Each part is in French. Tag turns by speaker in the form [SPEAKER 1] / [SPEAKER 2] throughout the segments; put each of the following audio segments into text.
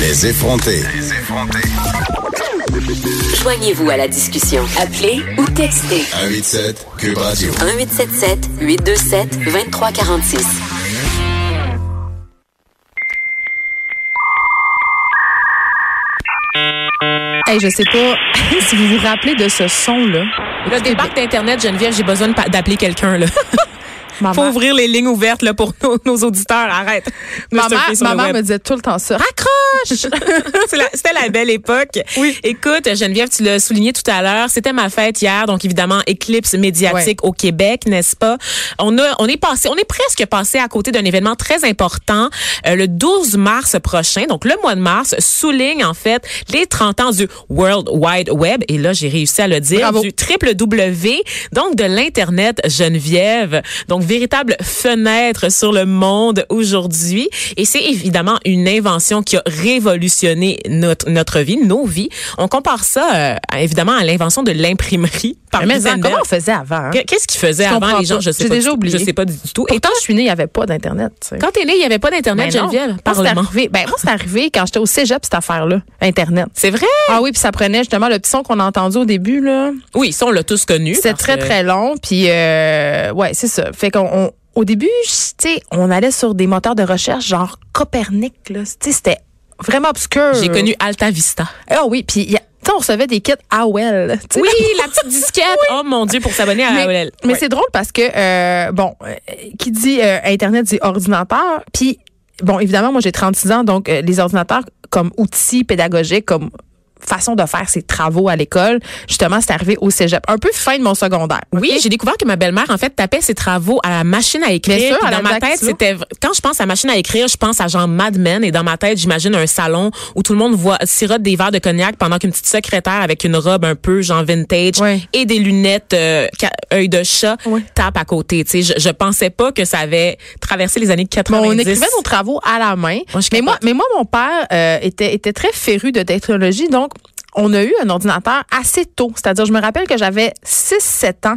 [SPEAKER 1] Les effronter.
[SPEAKER 2] Joignez-vous à la discussion. Appelez ou textez
[SPEAKER 1] 187 Cube Radio.
[SPEAKER 2] 1877 827 2346.
[SPEAKER 3] Hey, je sais pas si vous vous rappelez de ce son-là.
[SPEAKER 4] Là, débarque d'Internet, Geneviève, j'ai besoin de pa- d'appeler quelqu'un. Là.
[SPEAKER 3] Maman,
[SPEAKER 4] Faut ouvrir les lignes ouvertes là, pour nos, nos auditeurs. Arrête. Nous
[SPEAKER 3] maman,
[SPEAKER 4] surfer sur le
[SPEAKER 3] maman
[SPEAKER 4] web. Ah,
[SPEAKER 3] me disait tout le temps ça.
[SPEAKER 4] Raccroche! C'est la- C'était la belle époque.
[SPEAKER 3] Oui.
[SPEAKER 4] Écoute, Geneviève, tu l'as souligné tout à l'heure. C'était ma fête hier, donc évidemment, éclipse médiatique au Québec, n'est-ce pas? On a, on est passé, on est presque passé à côté d'un événement très important. Euh, le 12 mars prochain, donc le mois de mars, souligne, en fait, les 30 ans du World Wide Web. Et là, j'ai réussi à le dire.
[SPEAKER 3] Bravo.
[SPEAKER 4] Du triple W, donc de l'Internet Geneviève. Donc, véritable fenêtre sur le monde aujourd'hui. Et c'est évidemment une invention qui a révolutionné notre, notre vie, nos vies. On compare ça, euh, à- évidemment, à l'invention de l'imprimerie par
[SPEAKER 3] Mais maison,
[SPEAKER 4] Gutenberg.
[SPEAKER 3] comment on faisait avant? hein?
[SPEAKER 4] Qu'est- Qu'est-ce qu'ils faisaient
[SPEAKER 3] Je
[SPEAKER 4] avant
[SPEAKER 3] comprends
[SPEAKER 4] les gens?
[SPEAKER 3] pas.
[SPEAKER 4] Je sais
[SPEAKER 3] J'ai
[SPEAKER 4] pas.
[SPEAKER 3] déjà
[SPEAKER 4] du-
[SPEAKER 3] oublié.
[SPEAKER 4] Je sais pas du tout. Et
[SPEAKER 3] Pourtant, je suis née, il n'y avait pas d'Internet. tu sais.
[SPEAKER 4] quand t'es née, il n'y avait pas d'Internet,
[SPEAKER 3] Ben non.
[SPEAKER 4] Geneviève.
[SPEAKER 3] Moi, c'est
[SPEAKER 4] Parle-moi.
[SPEAKER 3] arrivé- Ben, moi, c'est arrivé quand j'étais au cégep, cette affaire-là, Internet.
[SPEAKER 4] C'est vrai?
[SPEAKER 3] Ah oui, puis ça prenait justement le petit son qu'on a entendu au début, là.
[SPEAKER 4] Oui, ça, on l'a tous connu.
[SPEAKER 3] C'était
[SPEAKER 4] parce
[SPEAKER 3] très,
[SPEAKER 4] que-
[SPEAKER 3] très long. Puis, euh, ouais, c'est ça. Fait qu'on. on- au début, je- tu sais, on allait sur des moteurs de recherche genre Copernic, là. Tu sais, c'était vraiment obscur.
[SPEAKER 4] J'ai connu Alta Vista.
[SPEAKER 3] Ah oui, puis il y a- tu sais, on recevait des kits AOL. tu sais.
[SPEAKER 4] Oui, la petite disquette. Oh mon Dieu, pour s'abonner à
[SPEAKER 3] Mais,
[SPEAKER 4] AOL.
[SPEAKER 3] mais
[SPEAKER 4] Ouais.
[SPEAKER 3] c'est drôle parce que, euh, bon, euh, qui dit euh, Internet dit ordinateur. Puis, bon, évidemment, moi, j'ai 36 ans, donc euh, les ordinateurs comme outils pédagogiques, comme façon de faire ses travaux à l'école, justement, c'est arrivé au cégep. Un peu fin de mon secondaire.
[SPEAKER 4] Oui,
[SPEAKER 3] ok?
[SPEAKER 4] j'ai découvert que ma belle-mère, en fait, tapait ses travaux à la machine à écrire.
[SPEAKER 3] Bien sûr,
[SPEAKER 4] Puis
[SPEAKER 3] à
[SPEAKER 4] dans
[SPEAKER 3] la
[SPEAKER 4] ma
[SPEAKER 3] dactylo.
[SPEAKER 4] tête, c'était v- quand je pense à machine à écrire, je pense à genre Mad Men et dans ma tête, j'imagine un salon où tout le monde voit sirote des verres de cognac pendant qu'une petite secrétaire avec une robe un peu genre vintage
[SPEAKER 3] Ouais.
[SPEAKER 4] et des lunettes euh, ca- œil de chat
[SPEAKER 3] Ouais.
[SPEAKER 4] tape à côté. Tu sais, je, je pensais pas que ça avait traversé les années
[SPEAKER 3] Bon,
[SPEAKER 4] 90.
[SPEAKER 3] on écrivait nos travaux à la main.
[SPEAKER 4] Ah, Moi, je
[SPEAKER 3] mais,
[SPEAKER 4] capote.
[SPEAKER 3] moi, mais moi, mon père euh, était, était très féru de technologie, donc on a eu un ordinateur assez tôt. C'est-à-dire, je me rappelle que j'avais 6-7 ans,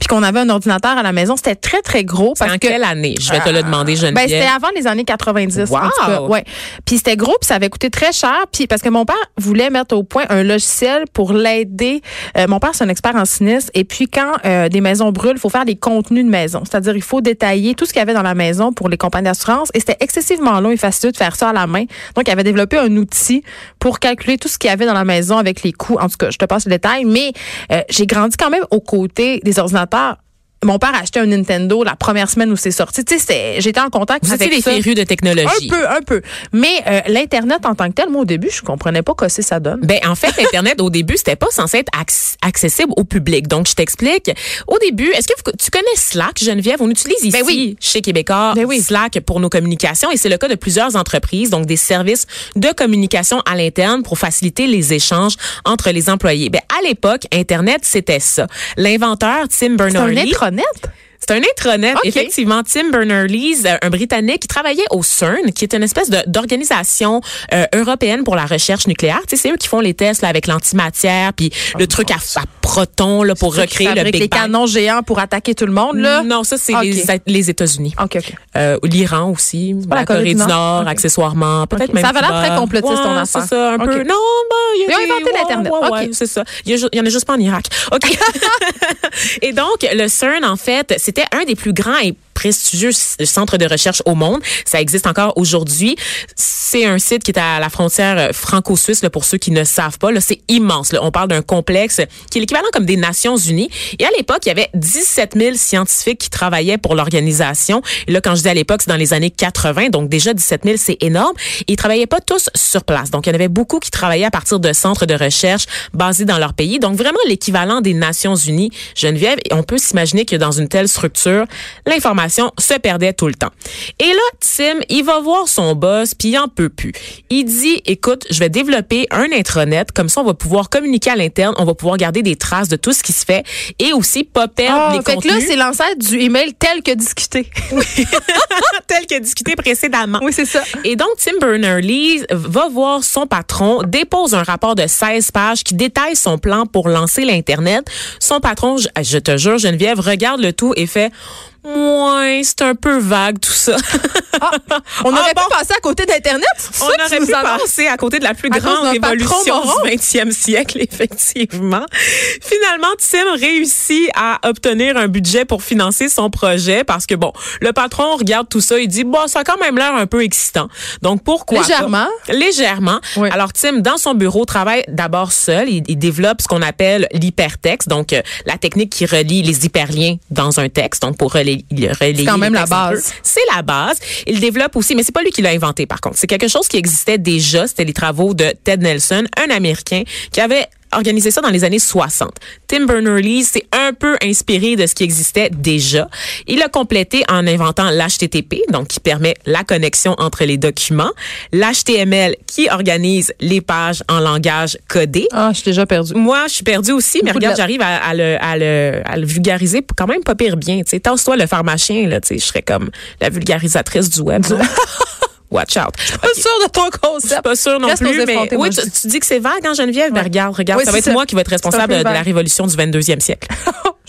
[SPEAKER 3] puis qu'on avait un ordinateur à la maison. C'était très, très gros.
[SPEAKER 4] C'était
[SPEAKER 3] parce
[SPEAKER 4] en
[SPEAKER 3] que
[SPEAKER 4] quelle année Je vais te le demander, Geneviève.
[SPEAKER 3] Ben, c'était avant les années 90. En
[SPEAKER 4] Wow!
[SPEAKER 3] tout cas, ouais. Puis c'était gros, puis ça avait coûté très cher. Puis parce que mon père voulait mettre au point un logiciel pour l'aider. Euh, mon père, c'est un expert en sinistre. Et puis quand euh, des maisons brûlent, il faut faire des contenus de maison. C'est-à-dire, il faut détailler tout ce qu'il y avait dans la maison pour les compagnies d'assurance. Et c'était excessivement long et facile de faire ça à la main. Donc, il avait développé un outil pour calculer tout ce qu'il y avait dans la maison avec les coûts. En tout cas, je te passe le détail. Mais euh, j'ai grandi quand même aux côtés des ordinateurs. Mon père a acheté un Nintendo la première semaine où c'est sorti. Tu sais, c'était- j'étais en contact
[SPEAKER 4] vous étiez
[SPEAKER 3] avec
[SPEAKER 4] des
[SPEAKER 3] ça.
[SPEAKER 4] férus de
[SPEAKER 3] Un
[SPEAKER 4] technologie.
[SPEAKER 3] peu, un peu. Mais euh, l'Internet en tant que tel, moi, au début, je comprenais pas que c'est ça donne.
[SPEAKER 4] Ben en fait, Internet au début, c'était pas censé être acc- accessible au public. Donc je t'explique. Au début, est-ce que vous- tu connais Slack, Geneviève On utilise ici
[SPEAKER 3] Ben oui.
[SPEAKER 4] chez Québécois
[SPEAKER 3] Ben oui.
[SPEAKER 4] Slack pour nos communications et c'est le cas de plusieurs entreprises, donc des services de communication à l'interne pour faciliter les échanges entre les employés. Ben à l'époque, Internet c'était ça. L'inventeur Tim
[SPEAKER 3] C'est un
[SPEAKER 4] Berners-Lee
[SPEAKER 3] intranet?
[SPEAKER 4] c'est un intranet,
[SPEAKER 3] Ok.
[SPEAKER 4] effectivement. Tim Berners-Lee, euh, un Britannique qui travaillait au CERN, qui est une espèce de- d'organisation euh, européenne pour la recherche nucléaire. Tu sais, c'est eux qui font les tests là, avec l'antimatière, puis
[SPEAKER 3] Oh
[SPEAKER 4] le truc à, à protons là, pour
[SPEAKER 3] Ceux qui
[SPEAKER 4] recréer le
[SPEAKER 3] fabriquent
[SPEAKER 4] Big
[SPEAKER 3] les
[SPEAKER 4] Bang.
[SPEAKER 3] canons géants pour attaquer tout le monde, là?
[SPEAKER 4] Non, ça, c'est
[SPEAKER 3] Ok.
[SPEAKER 4] les, les États-Unis.
[SPEAKER 3] OK, OK.
[SPEAKER 4] Euh, L'Iran aussi,
[SPEAKER 3] pas
[SPEAKER 4] la, Corée du Nord,
[SPEAKER 3] Ok.
[SPEAKER 4] accessoirement, peut-être
[SPEAKER 3] Ok.
[SPEAKER 4] même
[SPEAKER 3] Ça avait l'air
[SPEAKER 4] Cuba.
[SPEAKER 3] très complotiste, ton
[SPEAKER 4] Ouais,
[SPEAKER 3] affaire.
[SPEAKER 4] C'est ça, un
[SPEAKER 3] Ok.
[SPEAKER 4] peu. Non, ben, il y a
[SPEAKER 3] Ils ont
[SPEAKER 4] des-
[SPEAKER 3] inventé
[SPEAKER 4] ouais,
[SPEAKER 3] l'Internet.
[SPEAKER 4] ouais,
[SPEAKER 3] Ok.
[SPEAKER 4] ouais, c'est ça. Il y, a ju- il y en a juste pas en Irak. OK. et donc, le CERN, en fait, c'était un des plus grands et prestigieux c- centres de recherche au monde. Ça existe encore aujourd'hui. C'est un site qui est à la frontière euh, franco-suisse, là, pour ceux qui ne savent pas. là. C'est immense. là. On parle d'un complexe qui est l'équivalent comme des Nations Unies. Et à l'époque, il y avait 17 000 scientifiques qui travaillaient pour l'organisation. Et là, quand je dis à l'époque, c'est dans les années 80. Donc, déjà, 17 000, c'est énorme. Et ils travaillaient pas tous sur place. Donc, il y en avait beaucoup qui travaillaient à partir de centres de recherche basés dans leur pays. Donc, vraiment l'équivalent des Nations Unies, Geneviève. Et on peut s'imaginer que dans une telle structure, l'information se perdait tout le temps. Et là, Tim, il va voir son boss, puis il en peut plus. Il dit, écoute, je vais développer un intranet, comme ça on va pouvoir communiquer à l'interne, on va pouvoir garder des traces de tout ce qui se fait et aussi pas perdre
[SPEAKER 3] Ah,
[SPEAKER 4] les
[SPEAKER 3] fait que
[SPEAKER 4] contenus.
[SPEAKER 3] là, c'est l'ancêtre du email tel que discuté.
[SPEAKER 4] tel que discuté précédemment.
[SPEAKER 3] oui, c'est ça.
[SPEAKER 4] Et donc, Tim Berners-Lee va voir son patron, dépose un rapport de 16 pages qui détaille son plan pour lancer l'Internet. Son patron, je, ah, je te jure, Geneviève, regarde le tout et fait « Mouais, c'est un peu vague tout ça.
[SPEAKER 3] On
[SPEAKER 4] Ah
[SPEAKER 3] aurait
[SPEAKER 4] bon?
[SPEAKER 3] pu passer à côté d'Internet. C'est » ça
[SPEAKER 4] On
[SPEAKER 3] que tu
[SPEAKER 4] aurait
[SPEAKER 3] nous
[SPEAKER 4] pu
[SPEAKER 3] annonces?
[SPEAKER 4] passer à côté de la plus
[SPEAKER 3] À cause
[SPEAKER 4] grande
[SPEAKER 3] d'un
[SPEAKER 4] révolution
[SPEAKER 3] patron moron.
[SPEAKER 4] du 20e siècle, effectivement. Finalement, Tim réussit à obtenir un budget pour financer son projet parce que, bon, le patron regarde tout ça, il dit « Bon, ça a quand même l'air un peu excitant. » Donc, pourquoi pas?
[SPEAKER 3] Légèrement.
[SPEAKER 4] Légèrement.
[SPEAKER 3] Oui.
[SPEAKER 4] Alors, Tim, dans son bureau, travaille d'abord seul. Il, il développe ce qu'on appelle l'hypertexte, donc euh, la technique qui relie les hyperliens dans un texte, donc pour relayer, relayer
[SPEAKER 3] quand
[SPEAKER 4] les
[SPEAKER 3] même la
[SPEAKER 4] textes un
[SPEAKER 3] base.
[SPEAKER 4] peu. C'est la base. Il développe aussi, mais c'est pas lui qui l'a inventé par contre. C'est quelque chose qui existait déjà. C'était les travaux de Ted Nelson, un Américain qui avait organisé ça dans les années 60. Tim Berners-Lee s'est un peu inspiré de ce qui existait déjà. Il l'a complété en inventant l'HTTP, donc qui permet la connexion entre les documents, l'HTML qui organise les pages en langage codé.
[SPEAKER 3] Ah, je suis déjà perdu.
[SPEAKER 4] Moi, je suis perdue aussi, mais
[SPEAKER 3] Beaucoup de
[SPEAKER 4] regarde,
[SPEAKER 3] lettres.
[SPEAKER 4] j'arrive à, à le, à, le, à le vulgariser quand même pas pire bien. tu sais. Tasse-toi le pharmacien, là, tu sais, je serais comme la vulgarisatrice du web. non? Watch out. Euh,
[SPEAKER 3] Pas sûr de ton
[SPEAKER 4] Je suis
[SPEAKER 3] concept.
[SPEAKER 4] pas sûre non
[SPEAKER 3] Reste aux
[SPEAKER 4] plus, mais
[SPEAKER 3] effrontés, moi,
[SPEAKER 4] oui,
[SPEAKER 3] je
[SPEAKER 4] tu, tu dis que c'est vague, hein, Geneviève? Ben, regarde, regarde,
[SPEAKER 3] Oui,
[SPEAKER 4] ça va
[SPEAKER 3] c'est
[SPEAKER 4] être
[SPEAKER 3] ça.
[SPEAKER 4] moi qui vais être responsable
[SPEAKER 3] C'est un
[SPEAKER 4] de
[SPEAKER 3] peu
[SPEAKER 4] la
[SPEAKER 3] vague.
[SPEAKER 4] révolution du 22e siècle.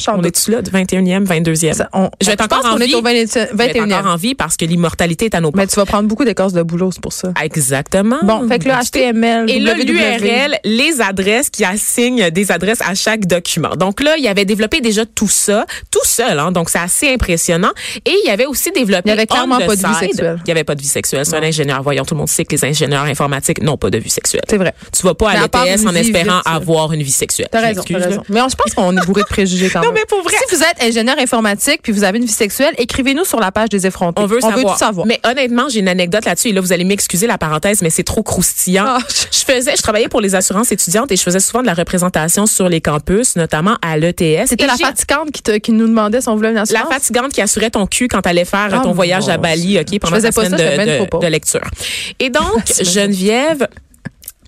[SPEAKER 4] On est-tu là, du 21e, 22e?
[SPEAKER 3] Ça, on-
[SPEAKER 4] je vais être
[SPEAKER 3] je
[SPEAKER 4] encore
[SPEAKER 3] pense
[SPEAKER 4] en
[SPEAKER 3] qu'on est
[SPEAKER 4] vie.
[SPEAKER 3] au 20e.
[SPEAKER 4] Je vais être encore en vie parce que l'immortalité est à nos
[SPEAKER 3] Mais
[SPEAKER 4] portes.
[SPEAKER 3] tu vas prendre beaucoup d'écorce de boulot, c'est pour ça.
[SPEAKER 4] Exactement.
[SPEAKER 3] Bon, fait que là, HTML,
[SPEAKER 4] Et là,
[SPEAKER 3] WW.
[SPEAKER 4] l'URL, les adresses qui assignent des adresses à chaque document. Donc là, il avait développé déjà tout ça, tout seul, hein, donc c'est assez impressionnant. Et il avait aussi développé...
[SPEAKER 3] Il y avait clairement
[SPEAKER 4] on the
[SPEAKER 3] pas de vie
[SPEAKER 4] side.
[SPEAKER 3] sexuelle.
[SPEAKER 4] Il n'y avait pas de vie sexuelle. C'est un ingénieur. Voyons, tout le monde sait que les ingénieurs informatiques n'ont pas de vie sexuelle.
[SPEAKER 3] C'est vrai.
[SPEAKER 4] Tu vas pas
[SPEAKER 3] Mais
[SPEAKER 4] à
[SPEAKER 3] à part
[SPEAKER 4] l'ETS
[SPEAKER 3] une
[SPEAKER 4] en
[SPEAKER 3] vie
[SPEAKER 4] espérant
[SPEAKER 3] virtuelle.
[SPEAKER 4] avoir une vie sexuelle.
[SPEAKER 3] T'as
[SPEAKER 4] Je
[SPEAKER 3] raison,
[SPEAKER 4] m'excuse,
[SPEAKER 3] t'as
[SPEAKER 4] là.
[SPEAKER 3] raison. Mais on- je pense qu'on est bourré de préjugés quand même.
[SPEAKER 4] Non, mais pour vrai.
[SPEAKER 3] Si vous êtes ingénieur informatique puis vous avez une vie sexuelle, écrivez-nous sur la page des effrontés.
[SPEAKER 4] On veut savoir.
[SPEAKER 3] tout savoir.
[SPEAKER 4] Mais honnêtement, j'ai une anecdote là-dessus. Et là, vous allez m'excuser la parenthèse, mais c'est trop croustillant.
[SPEAKER 3] Ah.
[SPEAKER 4] Je faisais, je travaillais pour les assurances étudiantes et je faisais souvent de la représentation sur les campus, notamment à l'ETS.
[SPEAKER 3] C'était
[SPEAKER 4] Et
[SPEAKER 3] la
[SPEAKER 4] j'ai-
[SPEAKER 3] fatigante qui, te- qui nous demandait si on voulait une
[SPEAKER 4] La
[SPEAKER 3] assurance.
[SPEAKER 4] fatigante qui assurait ton cul quand t'allais faire
[SPEAKER 3] Ah,
[SPEAKER 4] ton voyage
[SPEAKER 3] mon
[SPEAKER 4] à Bali, OK, pendant
[SPEAKER 3] faisais
[SPEAKER 4] ta
[SPEAKER 3] pas ça,
[SPEAKER 4] semaine
[SPEAKER 3] je fais bien
[SPEAKER 4] de,
[SPEAKER 3] trop
[SPEAKER 4] de,
[SPEAKER 3] pas.
[SPEAKER 4] de lecture. Et donc, Geneviève,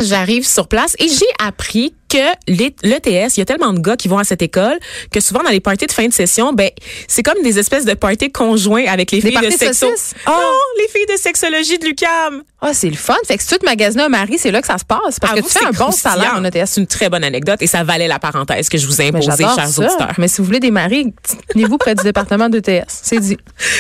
[SPEAKER 4] j'arrive sur place et j'ai appris que les- l'ETS, il y a tellement de gars qui vont à cette école que souvent dans les parties de fin de session, ben, c'est comme des espèces de parties conjoints avec les
[SPEAKER 3] Des
[SPEAKER 4] filles de
[SPEAKER 3] parties de
[SPEAKER 4] sexo.
[SPEAKER 3] saucisses?
[SPEAKER 4] Non,
[SPEAKER 3] Ah.
[SPEAKER 4] les filles de sexologie de l'UCAM.
[SPEAKER 3] Ah, c'est le fun. Fait que si tu te magasines un mari, c'est là que ça se passe. Parce que
[SPEAKER 4] Avoue,
[SPEAKER 3] tu fais
[SPEAKER 4] Ah, c'est
[SPEAKER 3] un bon
[SPEAKER 4] croustillant.
[SPEAKER 3] salaire en ETS.
[SPEAKER 4] C'est une très bonne anecdote et ça valait la parenthèse que je vous ai
[SPEAKER 3] Mais
[SPEAKER 4] imposée,
[SPEAKER 3] j'adore
[SPEAKER 4] chers
[SPEAKER 3] ça.
[SPEAKER 4] auditeurs.
[SPEAKER 3] Mais si vous voulez des maris, tenez-vous près du département d'ETS. C'est dit.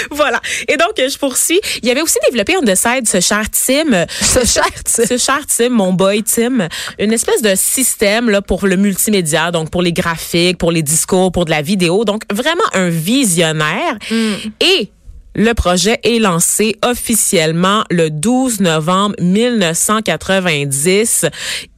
[SPEAKER 4] Voilà. Et donc, je poursuis. Il y avait aussi développé on the side ce cher Tim. euh,
[SPEAKER 3] Ce cher, tu
[SPEAKER 4] ce cher Tim, mon boy Tim, une espèce de système là pour le multimédia, donc pour les graphiques, pour les discours, pour de la vidéo, donc vraiment un visionnaire.
[SPEAKER 3] Mm.
[SPEAKER 4] Et le projet est lancé officiellement le 12 novembre 1990.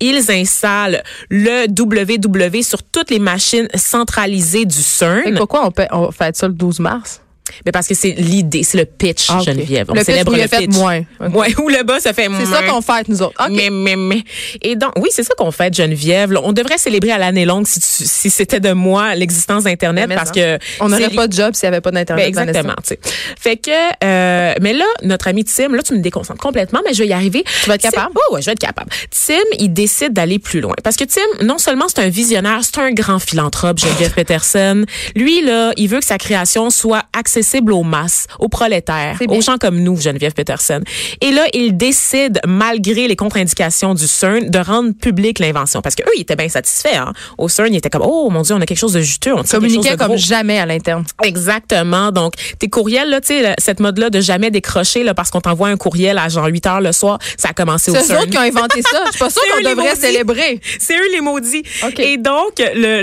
[SPEAKER 4] Ils installent le WW sur toutes les machines centralisées du
[SPEAKER 3] Fait
[SPEAKER 4] CERN.
[SPEAKER 3] que pourquoi on, fait on fête ça le 12 mars?
[SPEAKER 4] Mais parce que c'est l'idée, c'est le pitch,
[SPEAKER 3] Ah, ok.
[SPEAKER 4] Geneviève. On
[SPEAKER 3] Le pitch
[SPEAKER 4] célèbre
[SPEAKER 3] où il
[SPEAKER 4] le
[SPEAKER 3] a fait
[SPEAKER 4] pitch.
[SPEAKER 3] moins. Ok.
[SPEAKER 4] Ouais, où le bas, ça fait
[SPEAKER 3] C'est ça
[SPEAKER 4] moins.
[SPEAKER 3] qu'on fête, nous autres. OK.
[SPEAKER 4] Mais, mais, mais. Et donc, oui, c'est ça qu'on fait, Geneviève. Là, On devrait célébrer à l'année longue, si, tu- si c'était de moi, l'existence d'Internet,
[SPEAKER 3] Mais
[SPEAKER 4] parce
[SPEAKER 3] non.
[SPEAKER 4] que...
[SPEAKER 3] on
[SPEAKER 4] c'est
[SPEAKER 3] n'aurait
[SPEAKER 4] li-
[SPEAKER 3] pas de job s'il n'y avait pas
[SPEAKER 4] Ben,
[SPEAKER 3] d'Internet.
[SPEAKER 4] exactement,
[SPEAKER 3] Vanessa.
[SPEAKER 4] tu sais. Fait que, euh, mais là, notre ami Tim, là, tu me déconcentres complètement, mais je vais y arriver. Tu
[SPEAKER 3] vas être capable?
[SPEAKER 4] Oh, ouais, je vais être capable. Tim, il décide d'aller plus loin. Parce que Tim, non seulement c'est un visionnaire, c'est un grand philanthrope, Geneviève Peterson. Lui, là, il veut que sa création soit accessible aux masses, aux prolétaires,
[SPEAKER 3] C'est bien.
[SPEAKER 4] aux gens comme nous, Geneviève Peterson. Et là, il décide, malgré les contre-indications du CERN, de rendre publique l'invention. Parce que eux, ils étaient bien satisfaits, hein. Au CERN, ils étaient comme, oh, mon Dieu, on a quelque chose de juteux, on tire quelque chose
[SPEAKER 3] Communiquait
[SPEAKER 4] de
[SPEAKER 3] comme
[SPEAKER 4] gros.
[SPEAKER 3] jamais à l'interne.
[SPEAKER 4] Exactement. Donc, tes courriels, là, tu sais, là, cette mode-là de jamais décrocher, là, parce qu'on t'envoie un courriel à genre 8 heures le soir, ça a commencé au
[SPEAKER 3] C'est eux
[SPEAKER 4] CERN.
[SPEAKER 3] autres qui ont inventé ça. Je suis pas sûre
[SPEAKER 4] C'est eux
[SPEAKER 3] qu'on
[SPEAKER 4] les
[SPEAKER 3] devrait
[SPEAKER 4] maudits.
[SPEAKER 3] célébrer.
[SPEAKER 4] C'est eux les maudits.
[SPEAKER 3] OK.
[SPEAKER 4] Et donc, le,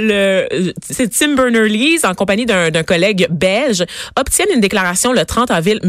[SPEAKER 4] le, c'est Tim Berners-Lee, en compagnie d'un d'un collègue belge, obtiennent une déclaration le 30 avril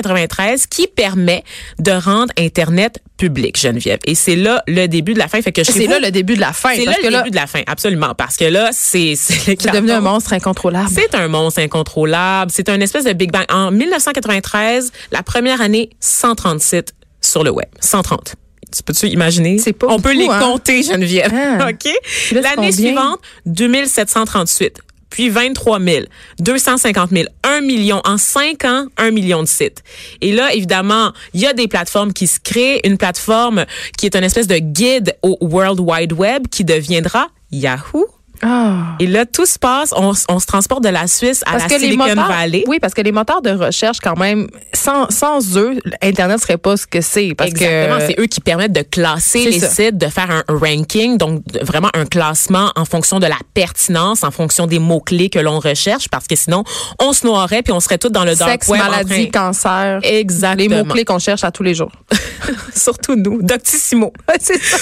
[SPEAKER 4] 1993 qui permet de rendre Internet public, Geneviève. Et c'est là le début de la fin. Fait que chez
[SPEAKER 3] C'est
[SPEAKER 4] vous,
[SPEAKER 3] là le début de la fin.
[SPEAKER 4] c'est là
[SPEAKER 3] parce
[SPEAKER 4] le
[SPEAKER 3] que là,
[SPEAKER 4] début de la fin, absolument. Parce que là, c'est c'est le
[SPEAKER 3] c'est devenu un
[SPEAKER 4] carton.
[SPEAKER 3] monstre incontrôlable.
[SPEAKER 4] C'est un monstre incontrôlable. C'est un espèce de Big Bang. En 1993, la première année, 130 sites sur le web. 130. Tu peux-tu imaginer?
[SPEAKER 3] C'est pas
[SPEAKER 4] On peut
[SPEAKER 3] beaucoup,
[SPEAKER 4] les
[SPEAKER 3] hein.
[SPEAKER 4] compter, Geneviève.
[SPEAKER 3] Ah.
[SPEAKER 4] OK?
[SPEAKER 3] Là, c'est
[SPEAKER 4] L'année
[SPEAKER 3] combien?
[SPEAKER 4] suivante, 2738. puis 23 000, 250 000, 1 million. En 5 ans, 1 million de sites. Et là, évidemment, il y a des plateformes qui se créent. Une plateforme qui est une espèce de guide au World Wide Web qui deviendra Yahoo.
[SPEAKER 3] Ah.
[SPEAKER 4] Et là, tout se passe. On, s- on se transporte de la Suisse à la Silicon
[SPEAKER 3] moteurs,
[SPEAKER 4] Valley.
[SPEAKER 3] oui, parce que les moteurs de recherche, quand même, sans, sans eux, Internet serait pas ce que c'est. Parce
[SPEAKER 4] Exactement,
[SPEAKER 3] que
[SPEAKER 4] c'est eux qui permettent de classer
[SPEAKER 3] C'est
[SPEAKER 4] les
[SPEAKER 3] ça.
[SPEAKER 4] sites, de faire un ranking, donc de- vraiment un classement en fonction de la pertinence, en fonction des mots-clés que l'on recherche, parce que sinon, on se noierait puis on serait tous dans le dark
[SPEAKER 3] sexe,
[SPEAKER 4] web. en
[SPEAKER 3] maladie,
[SPEAKER 4] train-
[SPEAKER 3] cancer. Les
[SPEAKER 4] Exactement.
[SPEAKER 3] mots-clés qu'on cherche à tous les jours.
[SPEAKER 4] Surtout nous, Doctissimo.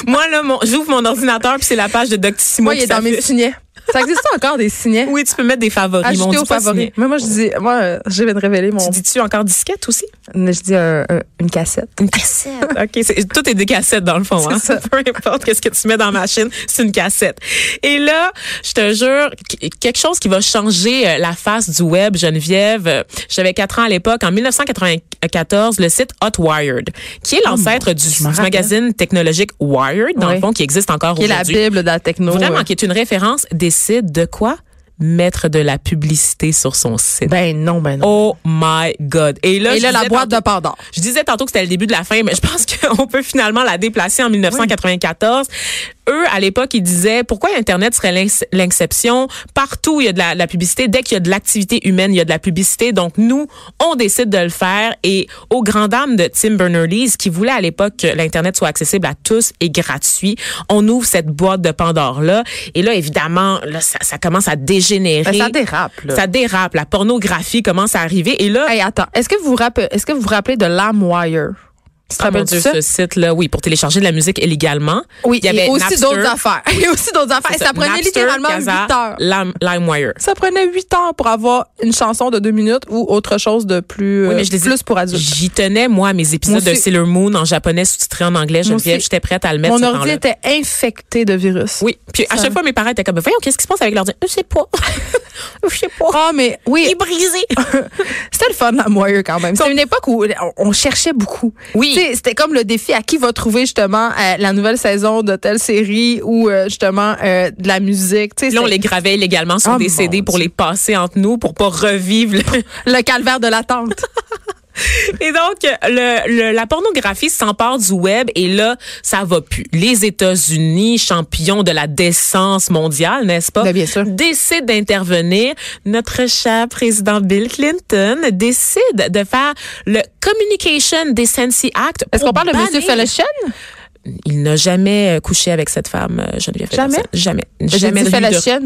[SPEAKER 4] Moi, là, mon- j'ouvre mon ordinateur puis c'est la page de Doctissimo.
[SPEAKER 3] Moi, il
[SPEAKER 4] qui
[SPEAKER 3] est dans mes
[SPEAKER 4] s'affiche.
[SPEAKER 3] signets. Ça existe encore des signets?
[SPEAKER 4] Oui, tu peux mettre des favoris. mais on
[SPEAKER 3] Ajouter
[SPEAKER 4] dit
[SPEAKER 3] aux
[SPEAKER 4] pas
[SPEAKER 3] favoris.
[SPEAKER 4] signer.
[SPEAKER 3] Mais moi, je dis, moi, euh, je vais te révéler mon.
[SPEAKER 4] Tu dis-tu encore disquette aussi?
[SPEAKER 3] Je dis un- un- une cassette.
[SPEAKER 4] Une cassette. OK. c'est- Tout est des cassettes, dans le fond. Hein?
[SPEAKER 3] C'est ça.
[SPEAKER 4] Peu importe qu'est-ce que tu mets dans la machine, c'est une cassette. Et là, je te jure, qu- quelque chose qui va changer euh, la face du web, Geneviève. euh, J'avais quatre ans à l'époque. En 1994, le site Hotwired, qui est
[SPEAKER 3] Oh
[SPEAKER 4] l'ancêtre du,
[SPEAKER 3] m'en
[SPEAKER 4] du
[SPEAKER 3] rappelle.
[SPEAKER 4] magazine technologique Wired, dans
[SPEAKER 3] Oui.
[SPEAKER 4] le fond, qui existe encore
[SPEAKER 3] Qui est la
[SPEAKER 4] aujourd'hui.
[SPEAKER 3] Bible de la techno.
[SPEAKER 4] Vraiment,
[SPEAKER 3] euh.
[SPEAKER 4] qui est une référence, décide de quoi? Mettre de la publicité sur son site.
[SPEAKER 3] Ben non, ben non.
[SPEAKER 4] Oh my God. Et là,
[SPEAKER 3] Et
[SPEAKER 4] je
[SPEAKER 3] là, la
[SPEAKER 4] disais
[SPEAKER 3] boîte
[SPEAKER 4] tantôt-
[SPEAKER 3] de Pandore.
[SPEAKER 4] je disais tantôt que c'était le début de la fin, mais je pense qu'on peut finalement la déplacer en 1994. Eux, à l'époque, ils disaient pourquoi Internet serait l'ins- l'exception. Partout, il y a de la, de la publicité. Dès qu'il y a de l'activité humaine, il y a de la publicité. Donc, nous, on décide de le faire. Et aux grand dames de Tim Berners-Lee, qui voulait à l'époque que l'Internet soit accessible à tous et gratuit, on ouvre cette boîte de Pandore-là. Et là, évidemment, là, ça, ça commence à dégénérer.
[SPEAKER 3] Ben, ça dérape, là.
[SPEAKER 4] Ça dérape. La pornographie commence à arriver. Et là,
[SPEAKER 3] Hey, attends. Est-ce que vous vous rappelez, est-ce que vous vous rappelez de LimeWire? Tu te
[SPEAKER 4] Ah, mon
[SPEAKER 3] rappelles
[SPEAKER 4] Dieu,
[SPEAKER 3] de ça?
[SPEAKER 4] ce site-là, oui, pour télécharger de la musique illégalement.
[SPEAKER 3] Oui,
[SPEAKER 4] il y avait
[SPEAKER 3] et aussi
[SPEAKER 4] Napster.
[SPEAKER 3] d'autres affaires. Il y a aussi d'autres affaires. Et ça prenait
[SPEAKER 4] Napster,
[SPEAKER 3] littéralement
[SPEAKER 4] Kazaa,
[SPEAKER 3] 8 heures. Euh,
[SPEAKER 4] Lime- LimeWire.
[SPEAKER 3] Ça prenait 8 heures pour avoir une chanson de 2 minutes ou autre chose de plus,
[SPEAKER 4] Oui, mais
[SPEAKER 3] euh,
[SPEAKER 4] je les ai-
[SPEAKER 3] plus pour adultes.
[SPEAKER 4] J'y tenais, moi, à mes
[SPEAKER 3] Moi
[SPEAKER 4] épisodes de
[SPEAKER 3] aussi.
[SPEAKER 4] Sailor Moon en japonais sous-titré en anglais.
[SPEAKER 3] Moi
[SPEAKER 4] Geneviève,
[SPEAKER 3] aussi.
[SPEAKER 4] j'étais prête à le mettre
[SPEAKER 3] Mon
[SPEAKER 4] ce
[SPEAKER 3] ordi
[SPEAKER 4] temps-là.
[SPEAKER 3] était infecté de virus.
[SPEAKER 4] Oui. Puis à
[SPEAKER 3] Ça-
[SPEAKER 4] chaque fois, mes parents étaient comme, voyons, qu'est-ce qui se passe avec l'ordi? Je sais pas. Je sais pas.
[SPEAKER 3] Ah, mais
[SPEAKER 4] Il
[SPEAKER 3] oui,
[SPEAKER 4] est brisé.
[SPEAKER 3] Ah, c'était le fun, la moyeu, quand même. C'était une époque où on- on cherchait beaucoup.
[SPEAKER 4] Oui.
[SPEAKER 3] Tu sais, C'était comme le défi à qui va trouver, justement, euh, la nouvelle saison de telle série ou, euh, justement, euh, de la musique. Tu sais,
[SPEAKER 4] Puis là, on
[SPEAKER 3] c'était
[SPEAKER 4] les gravait illégalement sur
[SPEAKER 3] Ah,
[SPEAKER 4] des
[SPEAKER 3] mon
[SPEAKER 4] CD pour
[SPEAKER 3] Dieu.
[SPEAKER 4] les passer entre nous, pour pas revivre le,
[SPEAKER 3] le calvaire de l'attente.
[SPEAKER 4] Et donc, le, le- la pornographie s'empare du web et là, ça va plus. Les États-Unis, champions de la décence mondiale, n'est-ce pas?
[SPEAKER 3] Ben, bien sûr.
[SPEAKER 4] Décide d'intervenir. Notre cher président Bill Clinton décide de faire le Communication Decency Act.
[SPEAKER 3] Est-ce
[SPEAKER 4] pour
[SPEAKER 3] qu'on parle de Monsieur
[SPEAKER 4] bannir-
[SPEAKER 3] Felicien?
[SPEAKER 4] Il n'a jamais euh, couché avec cette femme, euh, Geneviève.
[SPEAKER 3] Jamais?
[SPEAKER 4] Peterson. Jamais.
[SPEAKER 3] J'ai
[SPEAKER 4] Jamais.
[SPEAKER 3] dit
[SPEAKER 4] de-
[SPEAKER 3] Felicien.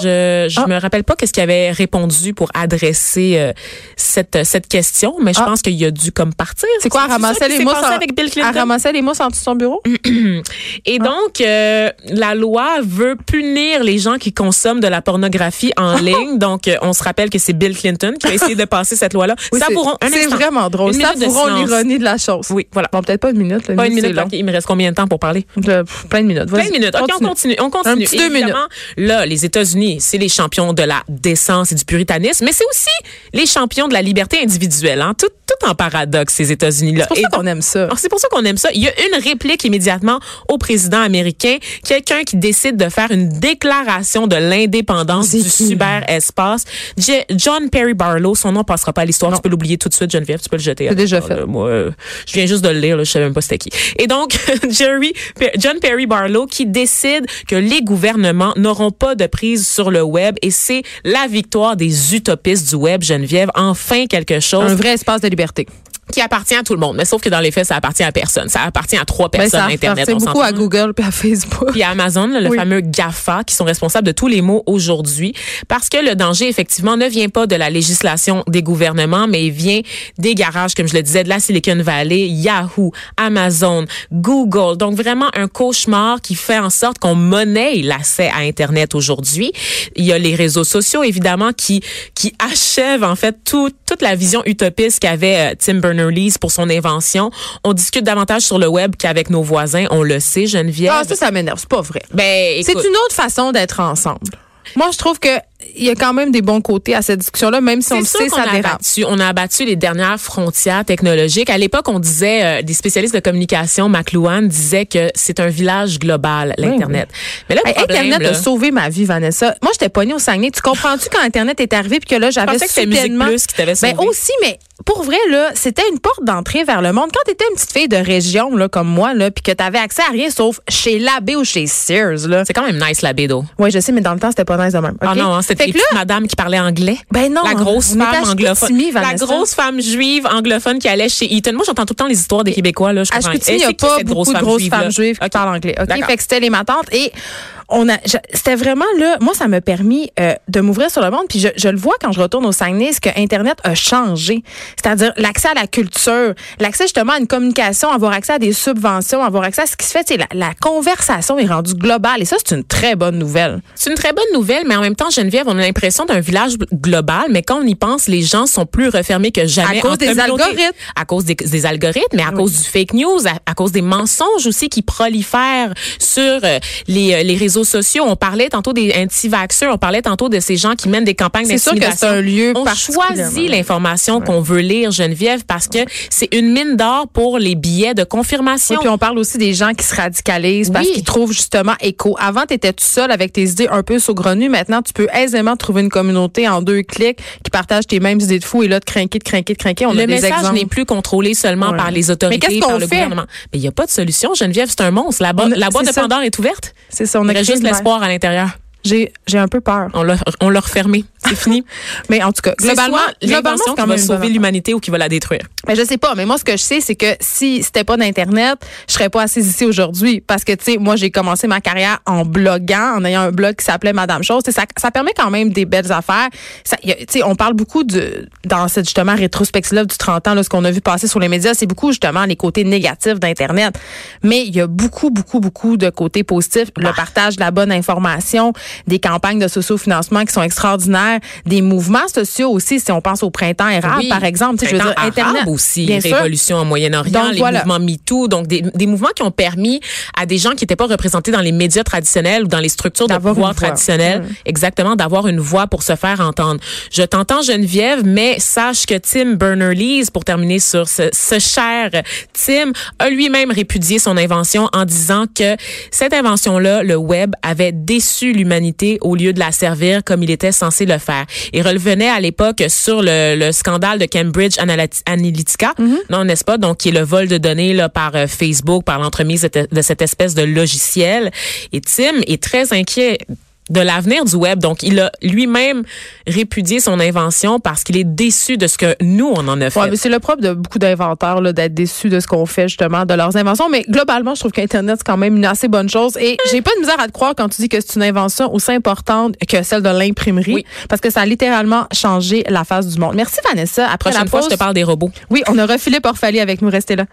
[SPEAKER 4] Je, je
[SPEAKER 3] Ah.
[SPEAKER 4] me rappelle pas qu'est-ce qu'il avait répondu pour adresser euh, cette cette question, mais je
[SPEAKER 3] Ah.
[SPEAKER 4] pense qu'il a dû comme partir.
[SPEAKER 3] C'est quoi, à
[SPEAKER 4] ça
[SPEAKER 3] ramasser
[SPEAKER 4] qui
[SPEAKER 3] les
[SPEAKER 4] s'est
[SPEAKER 3] mousses
[SPEAKER 4] passé
[SPEAKER 3] en-
[SPEAKER 4] avec Bill
[SPEAKER 3] Elle
[SPEAKER 4] Clinton Mm.
[SPEAKER 3] ramassait les mousses en dessous de son bureau?
[SPEAKER 4] Et
[SPEAKER 3] Ah.
[SPEAKER 4] donc euh, la loi veut punir les gens qui consomment de la pornographie en ligne. Donc euh, on se rappelle que c'est Bill Clinton qui a essayé de passer cette loi-là.
[SPEAKER 3] Oui, c'est-
[SPEAKER 4] Savourons un
[SPEAKER 3] C'est
[SPEAKER 4] instant.
[SPEAKER 3] vraiment drôle.
[SPEAKER 4] Une minute de
[SPEAKER 3] Savourons
[SPEAKER 4] silence.
[SPEAKER 3] l'ironie de la chose.
[SPEAKER 4] Oui, voilà.
[SPEAKER 3] Bon, peut-être pas une minute. là.
[SPEAKER 4] Pas une
[SPEAKER 3] c'est
[SPEAKER 4] minute.
[SPEAKER 3] long.
[SPEAKER 4] ok, il me reste combien de temps pour parler
[SPEAKER 3] Je- pff, plein de minutes.
[SPEAKER 4] Plein
[SPEAKER 3] Vas-y,
[SPEAKER 4] de minutes. OK, on continue. On continue.
[SPEAKER 3] Un petit deux
[SPEAKER 4] Évidemment, Là, les États-Unis, c'est les champions de la décence et du puritanisme, mais c'est aussi les champions de la liberté individuelle. Hein? Tout, tout en paradoxe, ces États-Unis-là.
[SPEAKER 3] C'est
[SPEAKER 4] Et
[SPEAKER 3] pour ça qu'on aime ça.
[SPEAKER 4] alors, c'est pour ça qu'on aime ça. Il y a une réplique immédiatement au président américain, quelqu'un qui décide de faire une déclaration de l'indépendance
[SPEAKER 3] C'est
[SPEAKER 4] du
[SPEAKER 3] qui?
[SPEAKER 4] cyberespace. Je- John Perry Barlow, son nom passera pas à l'histoire. Tu peux l'oublier tout de suite, Geneviève. Tu peux le jeter.
[SPEAKER 3] C'est déjà fait.
[SPEAKER 4] Là, moi, euh, je viens juste de le lire. Là, je savais même pas c'était qui. Et donc, Jerry, Per- John Perry Barlow qui décide que les gouvernements n'auront pas de prise sur le web. Et c'est la victoire des utopistes du web, Geneviève. Enfin, quelque chose
[SPEAKER 3] Un vrai espace de liberté.
[SPEAKER 4] qui appartient à tout le monde. Mais sauf que dans les faits, ça appartient à personne. Ça appartient à trois
[SPEAKER 3] Ben,
[SPEAKER 4] personnes
[SPEAKER 3] ça
[SPEAKER 4] Internet.
[SPEAKER 3] appartient
[SPEAKER 4] on
[SPEAKER 3] beaucoup à
[SPEAKER 4] s'entend.
[SPEAKER 3] Google puis à Facebook.
[SPEAKER 4] Puis à Amazon, là, le
[SPEAKER 3] Oui.
[SPEAKER 4] fameux GAFA, qui sont responsables de tous les maux aujourd'hui, parce que le danger, effectivement, ne vient pas de la législation des gouvernements, mais il vient des garages, comme je le disais, de la Silicon Valley, Yahoo, Amazon, Google. Donc, vraiment un cauchemar qui fait en sorte qu'on monnaie l'accès à Internet aujourd'hui. Il y a les réseaux sociaux, évidemment, qui, qui achèvent, en fait, tout- toute la vision utopiste qu'avait euh, Tim Berners-Lee pour son invention. On discute davantage sur le web qu'avec nos voisins. On le sait, Geneviève.
[SPEAKER 3] Ah, ça, ça m'énerve. C'est pas vrai.
[SPEAKER 4] Ben,
[SPEAKER 3] C'est
[SPEAKER 4] écoute,
[SPEAKER 3] une autre façon d'être ensemble. Moi, je trouve que il y a quand même des bons côtés à cette discussion-là, même si on le
[SPEAKER 4] C'est sûr
[SPEAKER 3] sait,
[SPEAKER 4] qu'on
[SPEAKER 3] ça
[SPEAKER 4] a
[SPEAKER 3] dérape.
[SPEAKER 4] abattu- on a abattu les dernières frontières technologiques. À l'époque, on disait, euh, des spécialistes de communication, McLuhan, disait que c'est un village global, l'Internet. Mais là, le
[SPEAKER 3] Hey,
[SPEAKER 4] problème,
[SPEAKER 3] Internet
[SPEAKER 4] là,
[SPEAKER 3] a sauvé ma vie, Vanessa. Moi, j'étais pognée au Saguenay. Tu comprends-tu quand Internet est arrivé puis que là, j'avais
[SPEAKER 4] pensais que c'était
[SPEAKER 3] soudainement...
[SPEAKER 4] Musique Plus qui t'avait
[SPEAKER 3] Ben
[SPEAKER 4] sauvé.
[SPEAKER 3] aussi, mais pour vrai, là, c'était une porte d'entrée vers le monde. Quand t'étais une petite fille de région, là, comme moi, là, puis que t'avais accès à rien sauf chez l'abbé ou chez Sears, là.
[SPEAKER 4] c'est quand même nice, la bédo.
[SPEAKER 3] Ouais, je sais, mais dans le temps, c'était pas nice de même.
[SPEAKER 4] Ah
[SPEAKER 3] ok?
[SPEAKER 4] non, hein, c'était
[SPEAKER 3] Fait
[SPEAKER 4] les
[SPEAKER 3] que là,
[SPEAKER 4] petites madames qui parlaient anglais.
[SPEAKER 3] Ben non,
[SPEAKER 4] la grosse
[SPEAKER 3] on était à
[SPEAKER 4] femme anglophone.
[SPEAKER 3] Chicoutimi,
[SPEAKER 4] la
[SPEAKER 3] Vanessa.
[SPEAKER 4] grosse femme juive anglophone qui allait chez Eaton. Moi, j'entends tout le temps les histoires des Québécois. Là, je
[SPEAKER 3] À
[SPEAKER 4] comprends-
[SPEAKER 3] Chicoutimi, Ah, il
[SPEAKER 4] Eh,
[SPEAKER 3] n'y a
[SPEAKER 4] c'est qui
[SPEAKER 3] pas
[SPEAKER 4] cette
[SPEAKER 3] beaucoup
[SPEAKER 4] grosse
[SPEAKER 3] de
[SPEAKER 4] femme
[SPEAKER 3] grosses
[SPEAKER 4] juive,
[SPEAKER 3] femmes
[SPEAKER 4] là?
[SPEAKER 3] juives qui
[SPEAKER 4] Ok.
[SPEAKER 3] parlent anglais. OK?
[SPEAKER 4] D'accord.
[SPEAKER 3] Fait que c'était les ma tante. Et on a, je- c'était vraiment là, moi, ça m'a permis euh, de m'ouvrir sur le monde. Puis je, je le vois quand je retourne au Saguenay, ce que Internet a changé. C'est-à-dire l'accès à la culture, l'accès justement à une communication, avoir accès à des subventions, avoir accès à ce qui se fait. Tu sais, La, la conversation est rendue globale. Et ça, c'est une très bonne nouvelle.
[SPEAKER 4] C'est une très bonne nouvelle, mais en même temps, Geneviève, on a l'impression d'un village global, mais quand on y pense, les gens sont plus refermés que jamais.
[SPEAKER 3] À cause
[SPEAKER 4] en
[SPEAKER 3] des
[SPEAKER 4] communauté.
[SPEAKER 3] algorithmes.
[SPEAKER 4] À cause des, des algorithmes, mais à cause du fake news, à, à cause des mensonges aussi qui prolifèrent sur euh, les, euh, les réseaux sociaux. On parlait tantôt des anti-vaxxeurs, on parlait tantôt de ces gens qui mènent des campagnes
[SPEAKER 3] C'est sûr que
[SPEAKER 4] d'intimidation.
[SPEAKER 3] c'est un lieu
[SPEAKER 4] On
[SPEAKER 3] particulièrement-
[SPEAKER 4] choisit l'information qu'on veut lire, Geneviève, parce que c'est une mine d'or pour les billets de
[SPEAKER 3] Et
[SPEAKER 4] confirmation.
[SPEAKER 3] puis on parle aussi des gens qui se radicalisent parce
[SPEAKER 4] Oui.
[SPEAKER 3] qu'ils trouvent justement écho. Avant, tu étais tout seul avec tes idées un peu saugrenues. Maintenant, tu peux aisément trouver une communauté en deux clics qui partagent tes mêmes idées de fou et là, de crinquer, de crinquer, de crinquer. On a
[SPEAKER 4] le
[SPEAKER 3] des
[SPEAKER 4] message
[SPEAKER 3] exemples.
[SPEAKER 4] n'est plus contrôlé seulement
[SPEAKER 3] Ouais.
[SPEAKER 4] par les
[SPEAKER 3] Mais
[SPEAKER 4] autorités,
[SPEAKER 3] qu'est-ce qu'on
[SPEAKER 4] par le
[SPEAKER 3] fait?
[SPEAKER 4] gouvernement. Mais il n'y a pas de solution, Geneviève, c'est un monstre. La, bo-
[SPEAKER 3] On a-
[SPEAKER 4] la boîte
[SPEAKER 3] c'est
[SPEAKER 4] de
[SPEAKER 3] ça.
[SPEAKER 4] Pandore est ouverte.
[SPEAKER 3] C'est ça, on
[SPEAKER 4] On
[SPEAKER 3] a
[SPEAKER 4] a
[SPEAKER 3] créé
[SPEAKER 4] juste
[SPEAKER 3] une-
[SPEAKER 4] l'espoir à l'intérieur.
[SPEAKER 3] J'ai, j'ai un peu peur.
[SPEAKER 4] On l'a on l'a refermé. C'est fini.
[SPEAKER 3] Mais en tout cas, globalement,
[SPEAKER 4] C'est soit
[SPEAKER 3] globalement,
[SPEAKER 4] l'invention
[SPEAKER 3] c'est
[SPEAKER 4] qui
[SPEAKER 3] quand même
[SPEAKER 4] va
[SPEAKER 3] une bonne
[SPEAKER 4] sauver l'humanité ou qui va la détruire.
[SPEAKER 3] Mais je sais pas, mais moi ce que je sais c'est que si c'était pas d'internet, je serais pas assise ici aujourd'hui parce que tu sais moi j'ai commencé ma carrière en bloguant, en ayant un blog qui s'appelait Madame Chose, Tu sais, ça ça permet quand même des belles affaires. Ça y a- tu sais on parle beaucoup de dans cette justement rétrospective là du 30 ans là ce qu'on a vu passer sur les médias, c'est beaucoup justement les côtés négatifs d'internet. Mais il y a beaucoup beaucoup beaucoup de côtés positifs, le partage de la bonne information, des campagnes de socio-financement qui sont extraordinaires, des mouvements sociaux aussi si on pense au printemps érable
[SPEAKER 4] Oui.
[SPEAKER 3] Ah, par exemple, tu sais, je veux
[SPEAKER 4] Printemps
[SPEAKER 3] dire
[SPEAKER 4] arabe
[SPEAKER 3] internet
[SPEAKER 4] aussi,
[SPEAKER 3] Bien
[SPEAKER 4] les
[SPEAKER 3] sûr.
[SPEAKER 4] révolutions en Moyen-Orient,
[SPEAKER 3] Donc,
[SPEAKER 4] les
[SPEAKER 3] voilà.
[SPEAKER 4] mouvements MeToo, donc des, des mouvements qui ont permis à des gens qui n'étaient pas représentés dans les médias traditionnels ou dans les structures de
[SPEAKER 3] D'avoir
[SPEAKER 4] pouvoir
[SPEAKER 3] une voix.
[SPEAKER 4] traditionnelles, exactement, d'avoir une voix pour se faire entendre. Je t'entends Geneviève, mais sache que Tim Berners-Lee, pour terminer sur ce, ce cher Tim, a lui-même répudié son invention en disant que cette invention-là, le web, avait déçu l'humanité au lieu de la servir comme il était censé le faire. Il revenait à l'époque sur le, le scandale de Cambridge Analati- Analytica, non, n'est-ce pas? Donc, qui est le vol de données là, par euh, Facebook, par l'entremise de, te- de cette espèce de logiciel. Et Tim est très inquiet de l'avenir du web. Donc, il a lui-même répudié son invention parce qu'il est déçu de ce que nous, on en a fait.
[SPEAKER 3] Ouais, mais c'est le propre de beaucoup d'inventeurs là, d'être déçus de ce qu'on fait justement de leurs inventions. Mais globalement, je trouve qu'Internet c'est quand même une assez bonne chose. Et
[SPEAKER 4] Hmm.
[SPEAKER 3] j'ai pas de misère à te croire quand tu dis que c'est une invention aussi importante que celle de l'imprimerie,
[SPEAKER 4] Oui.
[SPEAKER 3] parce que ça a littéralement changé la face du monde. Merci Vanessa. Après
[SPEAKER 4] Prochaine
[SPEAKER 3] la
[SPEAKER 4] fois,
[SPEAKER 3] pause,
[SPEAKER 4] je te parle des robots.
[SPEAKER 3] oui, on aura Philippe Orphalie avec nous. Restez là.